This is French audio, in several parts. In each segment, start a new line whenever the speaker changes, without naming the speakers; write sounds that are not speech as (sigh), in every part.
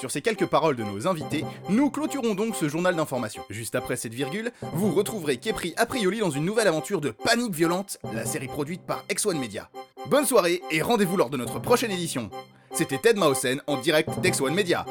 Sur ces quelques paroles de nos invités, nous clôturons donc ce journal d'information. Juste après cette virgule, vous retrouverez Kepri Aprioli dans une nouvelle aventure de Panique Violente, la série produite par X1 Media. Bonne soirée et rendez-vous lors de notre prochaine édition. C'était Ted Mausen en direct d'X1 Media.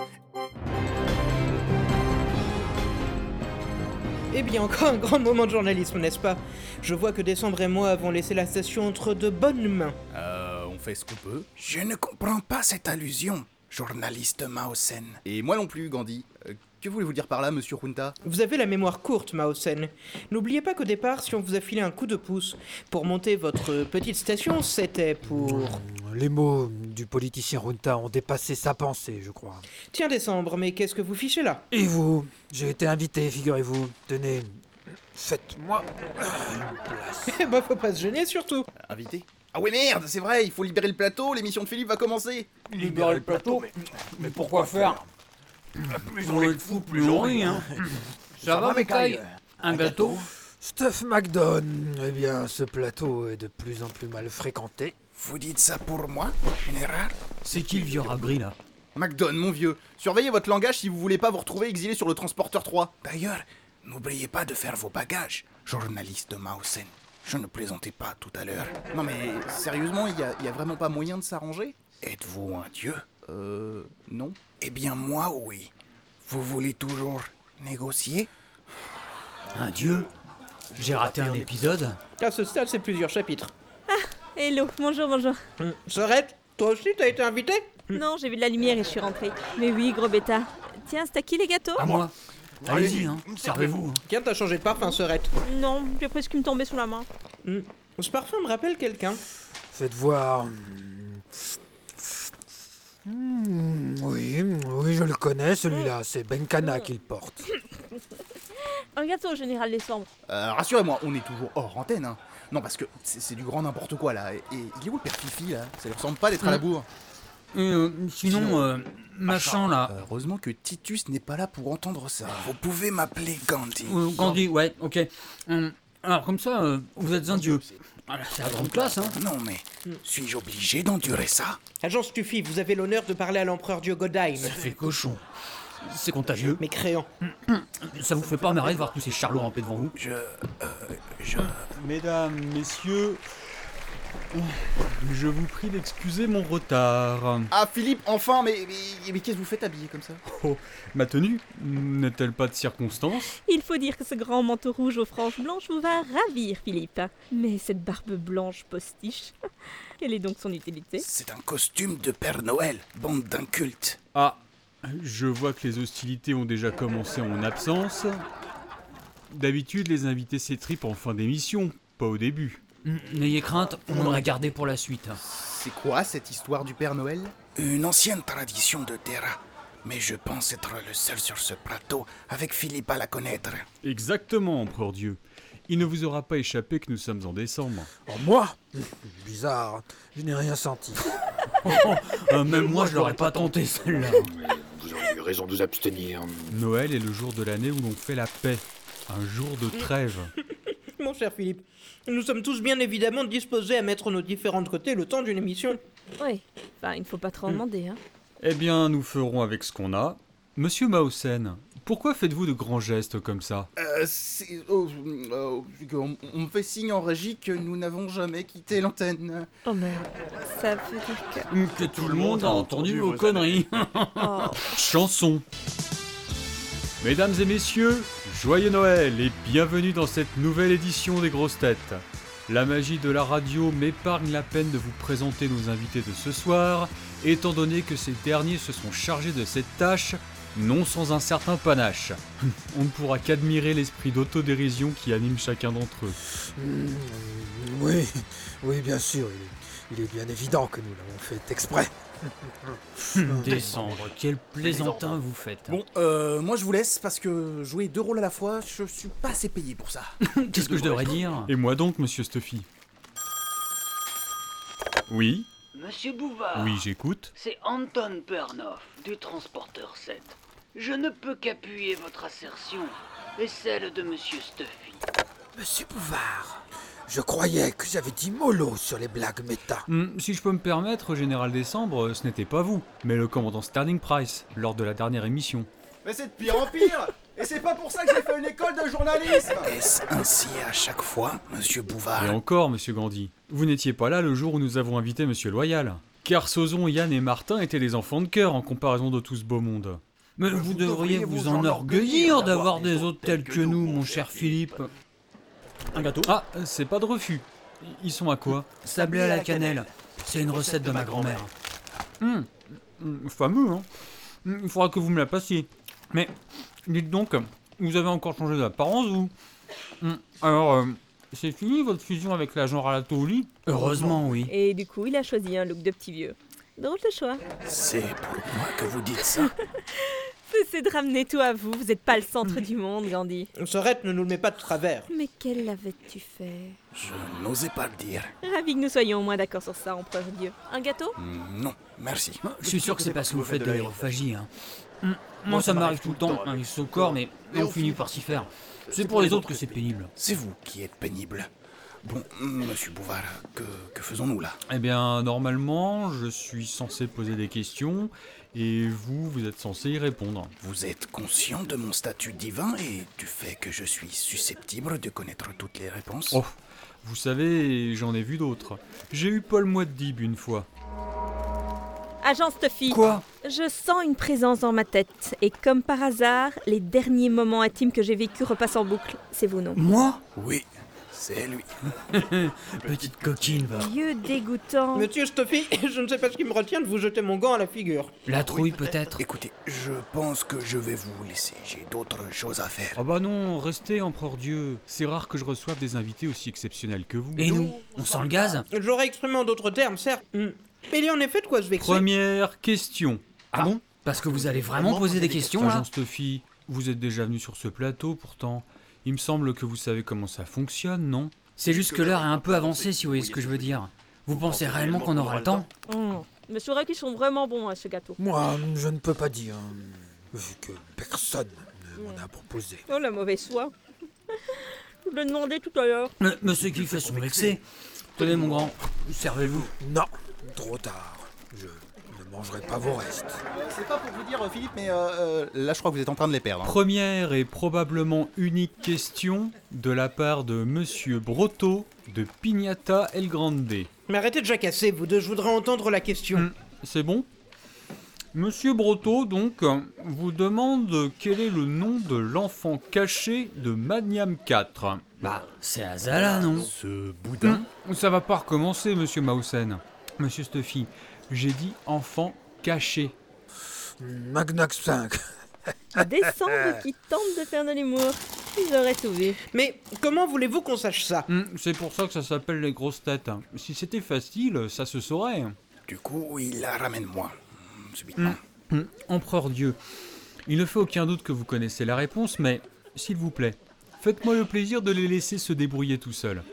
Eh bien, encore un grand moment de journalisme, n'est-ce pas Je vois que Décembre et moi avons laissé la station entre de bonnes mains.
Euh, on fait ce qu'on peut.
Je ne comprends pas cette allusion, journaliste Mausen.
Et moi non plus, Gandhi. Euh, que voulez-vous dire par là, monsieur Junta
Vous avez la mémoire courte, Maosen. N'oubliez pas qu'au départ, si on vous a filé un coup de pouce pour monter votre petite station, c'était pour...
Les mots du politicien Runta ont dépassé sa pensée, je crois.
Tiens, Décembre, mais qu'est-ce que vous fichez là (laughs)
Et vous J'ai été invité, figurez-vous. Tenez, faites-moi une place.
Eh ben, faut pas se gêner, surtout
Invité Ah ouais, merde, c'est vrai, il faut libérer le plateau, l'émission de Philippe va commencer
Libérer le plateau Mais, mais pourquoi faire Plus on est de fous, plus on rit, hein Ça va, Mekai Un gâteau
Stuff McDon, eh bien, ce plateau est de plus en plus mal fréquenté.
Vous dites ça pour moi, général
C'est qui le vieux rabri là
McDon, mon vieux, surveillez votre langage si vous voulez pas vous retrouver exilé sur le transporteur 3.
D'ailleurs, n'oubliez pas de faire vos bagages, journaliste Mausen. Je ne plaisantais pas tout à l'heure.
Non mais sérieusement, il y a, y a vraiment pas moyen de s'arranger
Êtes-vous un dieu
Euh. Non.
Eh bien, moi, oui. Vous voulez toujours négocier
Un dieu J'ai raté un épisode
À ce stade, c'est plusieurs chapitres.
Hello, bonjour, bonjour.
Hmm, Sorette, toi aussi, t'as été invité
Non, j'ai vu de la lumière et je suis rentrée. Mais oui, gros bêta. Tiens, c'est à qui les gâteaux
À moi Allez-y, hein, servez-vous. hein.
Tiens, t'as changé de parfum, Sorette.
Non, j'ai presque me tomber sous la main.
Hmm, Ce parfum me rappelle quelqu'un.
Faites voir. Hmm, oui, oui, je le connais, celui-là. C'est Benkana qui le porte.
Un gâteau, général décembre.
Euh, Rassurez-moi, on est toujours hors antenne, hein. Non, parce que c'est c'est du grand n'importe quoi là. Et, et il est où le père Fifi là Ça lui ressemble pas d'être à la bourre.
Et, euh, sinon, euh, machin là.
Heureusement que Titus n'est pas là pour entendre ça.
Vous pouvez m'appeler Gandhi.
Euh, Gandhi, ouais, ok. Hum, alors comme ça, euh, vous êtes un dieu. Ah, là, c'est la grande classe, hein
Non, mais
Mm.
suis-je obligé d'endurer ça
Agent Stuffy, vous avez l'honneur de parler à l'empereur Dieu Godheim.
Ça fait cochon. C'est contagieux.
Mais créant.
Ça vous fait pas marrer de voir tous ces charlots rampés devant vous
Je. euh, je.
Mesdames, messieurs, je vous prie d'excuser mon retard.
Ah Philippe, enfin, mais, mais, mais qu'est-ce que vous faites habillé comme ça
Oh, ma tenue n'est-elle pas de circonstance
Il faut dire que ce grand manteau rouge aux franges blanches vous va ravir, Philippe. Mais cette barbe blanche postiche, (laughs) quelle est donc son utilité
C'est un costume de Père Noël, bande d'incultes.
Ah, je vois que les hostilités ont déjà commencé en mon absence. D'habitude, les invités s'étripent en fin d'émission, pas au début.
Hum, N'ayez crainte, on en a gardé pour la suite.
C'est quoi cette histoire du Père Noël
Une ancienne tradition de Terra. Mais je pense être le seul sur ce plateau avec Philippe à la connaître.
Exactement, Empereur Dieu. Il ne vous aura pas échappé que nous sommes en décembre.
Oh, moi (laughs) Bizarre, je n'ai rien senti.
Euh, même moi, je l'aurais pas tenté celle-là.
Vous auriez eu raison de vous abstenir.
Noël est le jour de l'année où l'on fait la paix. Un jour de trêve.
Mon cher Philippe, nous sommes tous bien évidemment disposés à mettre nos différents de côté le temps d'une émission.
Oui, enfin, il ne faut pas trop en demander, hein.
Eh bien, nous ferons avec ce qu'on a. Monsieur Mausen, pourquoi faites-vous de grands gestes comme ça
Euh, c'est- oh, euh, on, on me fait signe en régie que nous n'avons jamais quitté l'antenne.
Oh merde, ça veut dire que...
Hum, Que tout le monde a entendu vos conneries.
Oh,
Chanson. Mesdames et messieurs, joyeux Noël et bienvenue dans cette nouvelle édition des grosses têtes. La magie de la radio m'épargne la peine de vous présenter nos invités de ce soir, étant donné que ces derniers se sont chargés de cette tâche, non sans un certain panache. (laughs) On ne pourra qu'admirer l'esprit d'autodérision qui anime chacun d'entre eux.
Hmm, oui, (laughs) oui, bien sûr, il est, il est bien évident que nous l'avons fait exprès.
Décembre, quel plaisantin vous faites.
Bon, euh, moi je vous laisse parce que jouer deux rôles à la fois, je suis pas assez payé pour ça.
qu'est-ce que je devrais dire
Et moi donc, monsieur Stuffy Oui,
Monsieur Bouvard,
oui, j'écoute.
c'est Anton Pernoff du Transporteur 7. Je ne peux qu'appuyer votre assertion et celle de Monsieur Stuffy.
Monsieur Bouvard, Je croyais que j'avais dit mollo sur les blagues méta.
Hmm, si je peux me permettre, Général Décembre, euh, ce n'était pas vous, mais le commandant Sterling Price, lors de la dernière émission.
Mais c'est de pire en pire Et c'est pas pour ça que j'ai fait une école de journalisme
Est-ce ainsi à chaque fois, monsieur Bouvard
Et
Ah.
encore, monsieur Gandhi, vous n'étiez pas là le jour où nous avons invité monsieur Loyal. Car Sozon, Yann et Martin étaient des enfants de cœur en comparaison de tout ce beau monde.
Mais vous devriez vous enorgueillir d'avoir des hôtes tels que nous, mon cher Philippe.
Un gâteau Ah, c'est pas de refus. Ils sont à quoi
Sablé à la cannelle. C'est une recette de ma grand-mère.
Hum, hum, fameux, hein Hum, Il faudra que vous me la passiez. Mais, dites donc, vous avez encore changé d'apparence, vous Hum, Alors, euh, c'est fini votre fusion avec l'agent Ralatoli
Heureusement, oui.
Et du coup, il a choisi un look de petit vieux. Drôle de choix.
C'est pour moi que vous dites
(laughs)
ça.
Cessez de ramener tout à vous, vous n'êtes pas le centre du monde, Gandhi.
Sorette ne nous le met pas de travers.
Mais quelle lavais-tu fait
Je n'osais pas le dire.
Ravi que nous soyons au moins d'accord sur ça, empereur Dieu. Un gâteau
Mm, Non, merci.
Je suis sûr que c'est parce que vous faites de l'aérophagie. Hein. Hum, Moi, ça m'arrive tout le temps, un vice au corps, mais on finit par s'y faire. C'est pour les autres que c'est pénible.
C'est vous qui êtes pénible. Bon, mm, monsieur Bouvard, que, que faisons-nous là
Eh bien, normalement, je suis censé poser des questions, et vous, vous êtes censé y répondre.
Vous êtes conscient de mon statut divin et du fait que je suis susceptible de connaître toutes les réponses
Oh, vous savez, j'en ai vu d'autres. J'ai eu Paul Moitdib une fois.
Agent Stuffy
Quoi
Je sens une présence dans ma tête, et comme par hasard, les derniers moments intimes que j'ai vécus repassent en boucle. C'est vous, non
Moi
Oui, c'est lui.
Petite coquine, va.
Dieu dégoûtant
Monsieur Stuffy, (laughs) je ne sais pas ce qui me retient de vous jeter mon gant à la figure.
La trouille, peut-être
Écoutez, je pense que je vais vous laisser. J'ai d'autres choses à faire.
Ah bah non, restez, empereur Dieu. C'est rare que je reçoive des invités aussi exceptionnels que vous.
Et nous On sent le gaz
J'aurais exprimé en d'autres termes, certes. hmm. Mais il y a en effet de quoi se vexer.
Première question.
Ah bon Parce que vous allez vraiment poser des questions, là
Agent Stuffy, vous êtes déjà venu sur ce plateau pourtant. Il me semble que vous savez comment ça fonctionne, non
C'est juste que l'heure est un peu avancée, si vous voyez ce que je veux dire. hein. Vous pensez réellement qu'on aura le temps
Mmh. Mais c'est vrai qu'ils sont vraiment bons à ce gâteau.
Moi, je ne peux pas dire, vu que personne ne m'en a proposé.
Oh la mauvaise foi (laughs) Je l'ai demandé tout à l'heure.
Mais, mais ceux qui fait sont vexés. Tenez, mon grand, servez-vous.
Non, trop tard. Je ne mangerai pas vos restes.
Euh, C'est pas pour vous dire, euh, Philippe, mais...
Mais euh, euh, là, je crois que vous êtes en train de les perdre. hein.
Première et probablement unique question de la part de Monsieur Brotto de Pignata El Grande.
Mais arrêtez de jacasser, vous deux, je voudrais entendre la question.
Hmm, C'est bon Monsieur Brotto, donc, euh, vous demande quel est le nom de l'enfant caché de Magnam 4.
Bah, c'est Azala, non
Ce
euh,
boudin
Hmm, Ça va pas recommencer, monsieur Mausen. Monsieur Stuffy, j'ai dit enfant caché.
Magnax 5.
Décembre qui tente de faire de l'humour. Ils auraient tout vu.
Mais comment voulez-vous qu'on sache ça
Hmm, C'est pour ça que ça s'appelle les grosses têtes. hein. Si c'était facile, ça se saurait. hein.
Du coup, il la ramène moi. Subitement.
Hmm, Empereur Dieu, il ne fait aucun doute que vous connaissez la réponse, mais s'il vous plaît, faites-moi le plaisir de les laisser se débrouiller tout seuls.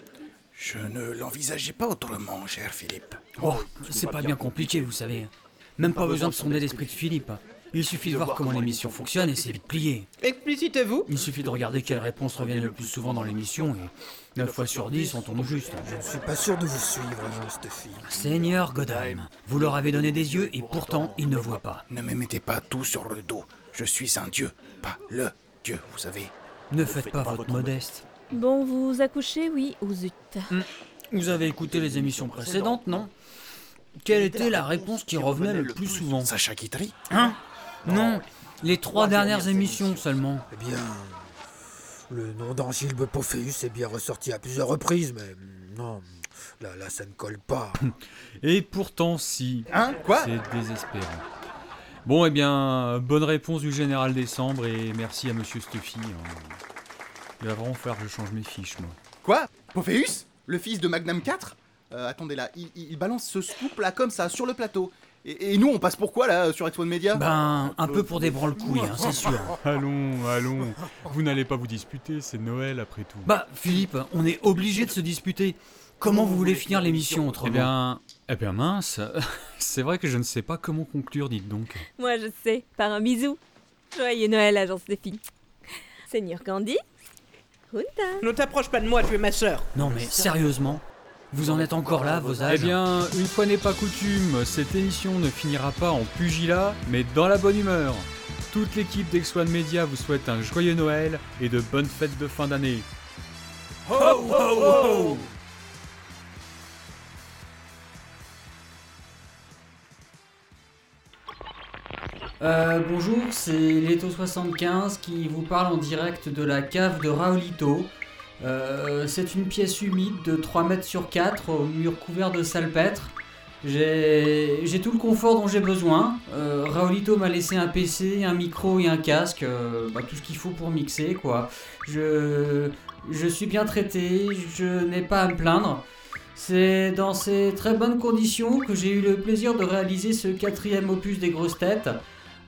Je ne l'envisageais pas autrement, cher Philippe.
Oh, c'est pas bien compliqué, vous savez. Même pas besoin de sonder l'esprit de Philippe. Il suffit de voir comment l'émission fonctionne et c'est vite plié.
Explicitez-vous
Il suffit de regarder quelles réponses reviennent le plus souvent dans l'émission et 9 fois sur 10 on tombe juste.
Je suis pas sûr de vous suivre, agent Stuffy.
Seigneur Godheim, vous leur avez donné des yeux et pourtant ils ne voient pas.
Ne me mettez pas tout sur le dos. Je suis un dieu, pas le dieu, vous savez.
Ne faites pas votre modeste.
Bon, vous accouchez, oui, ou zut.
Vous avez écouté les émissions précédentes, non Quelle était la réponse qui revenait le plus souvent
Sacha Guitry
Hein Non, les trois dernières émissions seulement.
Eh bien, le nom d'Angile Pophéus est bien ressorti à plusieurs reprises, mais non, là, là ça ne colle pas.
Et pourtant, si.
Hein Quoi
C'est désespérant. Bon, eh bien, bonne réponse du général décembre et merci à monsieur Stuffy. hein. Il va vraiment falloir que je change mes fiches, moi.
Quoi Pophéus Le fils de Magnum 4 Euh, Attendez là, il, il- il balance ce scoop là comme ça sur le plateau. Et, et nous, on passe pour quoi là sur One Media
Ben, un peu pour des branle-couilles, hein, c'est (laughs) sûr.
Allons, allons. Vous n'allez pas vous disputer, c'est Noël après tout.
Bah, Philippe, on est obligé de se disputer. Comment vous voulez finir l'émission
eh
autrement
bien, eh bien mince. (laughs) c'est vrai que je ne sais pas comment conclure, dites donc.
Moi, je sais, par un bisou. Joyeux Noël, agence des filles. Seigneur Gandhi,
Ne t'approche pas de moi, tu es ma sœur.
Non mais sérieusement Vous en êtes encore là, vos
Bah,
âges
Eh bien, une fois n'est pas coutume, cette émission ne finira pas en pugilat, mais dans la bonne humeur. Toute l'équipe d'Ex One Media vous souhaite un joyeux Noël et de bonnes fêtes de fin d'année.
Ho, ho, ho
Euh, bonjour, c'est Leto75 qui vous parle en direct de la cave de Raolito. Euh, c'est une pièce humide de 3 mètres sur 4 au mur couvert de salpêtre. J'ai j'ai tout le confort dont j'ai besoin. Euh, Raolito m'a laissé un PC, un micro et un casque. euh, bah, tout ce qu'il faut pour mixer, quoi. Je, je suis bien traité, je n'ai pas à me plaindre. C'est dans ces très bonnes conditions que j'ai eu le plaisir de réaliser ce quatrième opus des grosses têtes.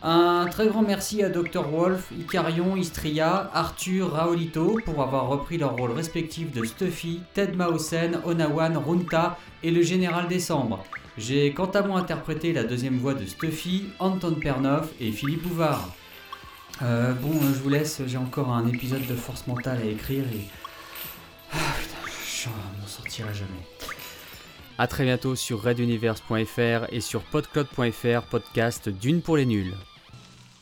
Un très grand merci à Dr. Wolf, Icarion, Istria, Arthur, Raolito pour avoir repris leurs rôles respectifs de Stuffy, Ted Mausen, Onawan, Runta et le Général Décembre. J'ai quant à moi interprété la deuxième voix de Stuffy, Anton Pernoff et Philippe Bouvard. Euh, bon, euh, je vous laisse, j'ai encore un épisode de Force Mentale à écrire et. Ah putain, je m'en sortirai jamais.
A très bientôt sur RedUniverse.fr et sur PodCloud.fr, podcast d'une pour les nuls.